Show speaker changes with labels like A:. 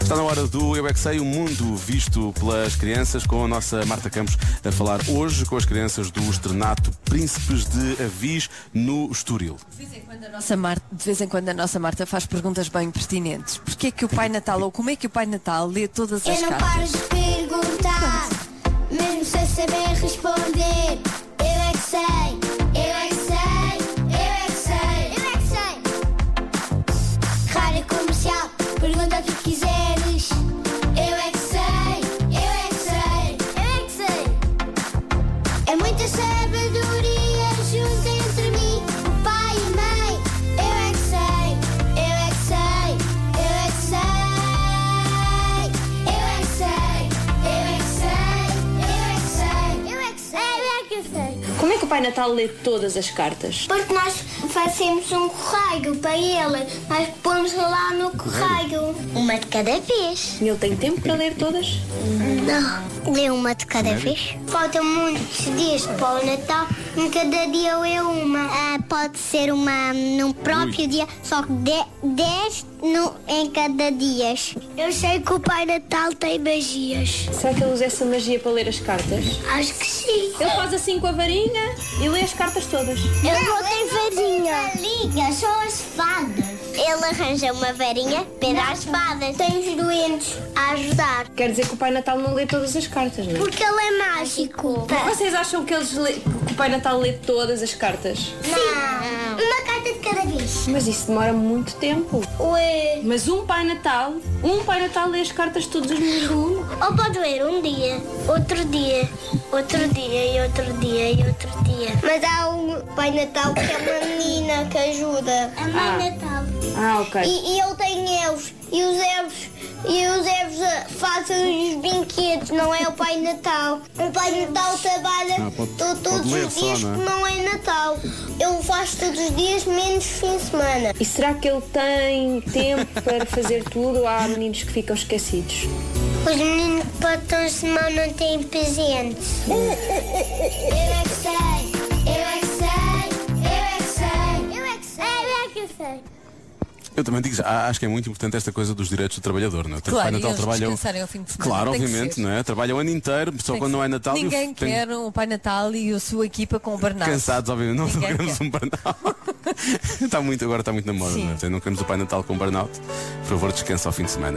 A: Está na hora do Eu é que Sei, o mundo visto pelas crianças, com a nossa Marta Campos a falar hoje com as crianças do Estrenato Príncipes de Avis, no Estoril.
B: De vez, em quando a nossa Marta, de vez em quando a nossa Marta faz perguntas bem pertinentes. Porquê é que o Pai Natal, ou como é que o Pai Natal lê todas
C: Eu
B: as
C: não paro
B: cartas?
C: de perguntar, mesmo sem saber responder. Eu é que sei, eu é que sei, eu é que sei, eu é que sei. Rádio comercial, pergunta o que quiseres. Eu é que sei, eu é que sei, eu é que sei. É muita sabedoria junto entre mim, o pai e a mãe. Eu é que sei, eu é que sei, eu é que sei. Eu é que sei, eu é que sei, eu é que sei, eu é que sei. Eu é que sei.
D: Como é que o Pai Natal lê todas as cartas?
C: Porque nós fazemos um correio para ele, nós pomos lá no correio. Uma de cada vez.
D: Ele tem tempo para ler todas?
C: Não. Lê uma de cada vez. Faltam muitos dias para o Natal, em cada dia eu lê uma. Ah, pode ser uma num próprio dia, só que 10 em cada dia. Eu sei que o Pai Natal tem magias.
D: Será que ele usa essa magia para ler as cartas?
C: Acho que sim.
D: Ele faz assim com a varinha e lê as cartas todas.
C: Ele não, tem varinha. Liga, são as fadas. Ele arranja uma varinha para as fadas. Tem os doentes a ajudar.
D: Quer dizer que o Pai Natal não lê todas as cartas, não é?
C: Porque ele é mágico.
D: Vocês acham que, eles lê- que o Pai Natal lê todas as cartas?
C: Sim, uma carta de cada vez.
D: Mas isso demora muito tempo.
C: Ué.
D: Mas um Pai Natal, um Pai Natal lê as cartas de todos os meses do mundo.
C: Ou pode ler um dia, outro dia, outro dia e outro dia e outro dia. Mas há um Pai Natal que é uma menina que ajuda. A Mãe
D: Ah.
C: É Natal.
D: Ah,
A: É.
D: ok.
C: E, e ele tem elfos. E os elfos, e os elfos ah, fazem os brinquedos, não é o Pai Natal. O Pai Natal trabalha
A: Ah, pode-
C: to- todos
A: pode ler
C: os
A: só,
C: dias
A: não é?
C: que não é Natal. Ele faz todos os dias, menos fim de semana.
D: E será que ele tem tempo para fazer tudo ou há meninos que ficam esquecidos?
C: Os meninos que botam semana não têm presentes. Eu é que sei, eu é que sei, eu é que sei, eu é que sei, eu é que sei.
A: Eu também digo, já, acho que é muito importante esta coisa dos direitos do trabalhador, não é?
B: Claro,
A: o Pai
B: e
A: Natal
B: eles
A: trabalha.
B: descansarem ao fim de semana,
A: Claro,
B: tem que
A: obviamente,
B: ser.
A: não é? Trabalha o ano inteiro, só quando não é Natal. eu
B: Ninguém
A: tenho-
B: quer um Pai Natal e a sua equipa com o Bernardo.
A: Cansados, obviamente, não, não
B: Ninguém
A: queremos
B: quer.
A: um burnout. está muito, agora está muito na moda,
B: Sim.
A: não é? Não queremos o Pai Natal com burnout. Por favor, descansa ao fim de semana.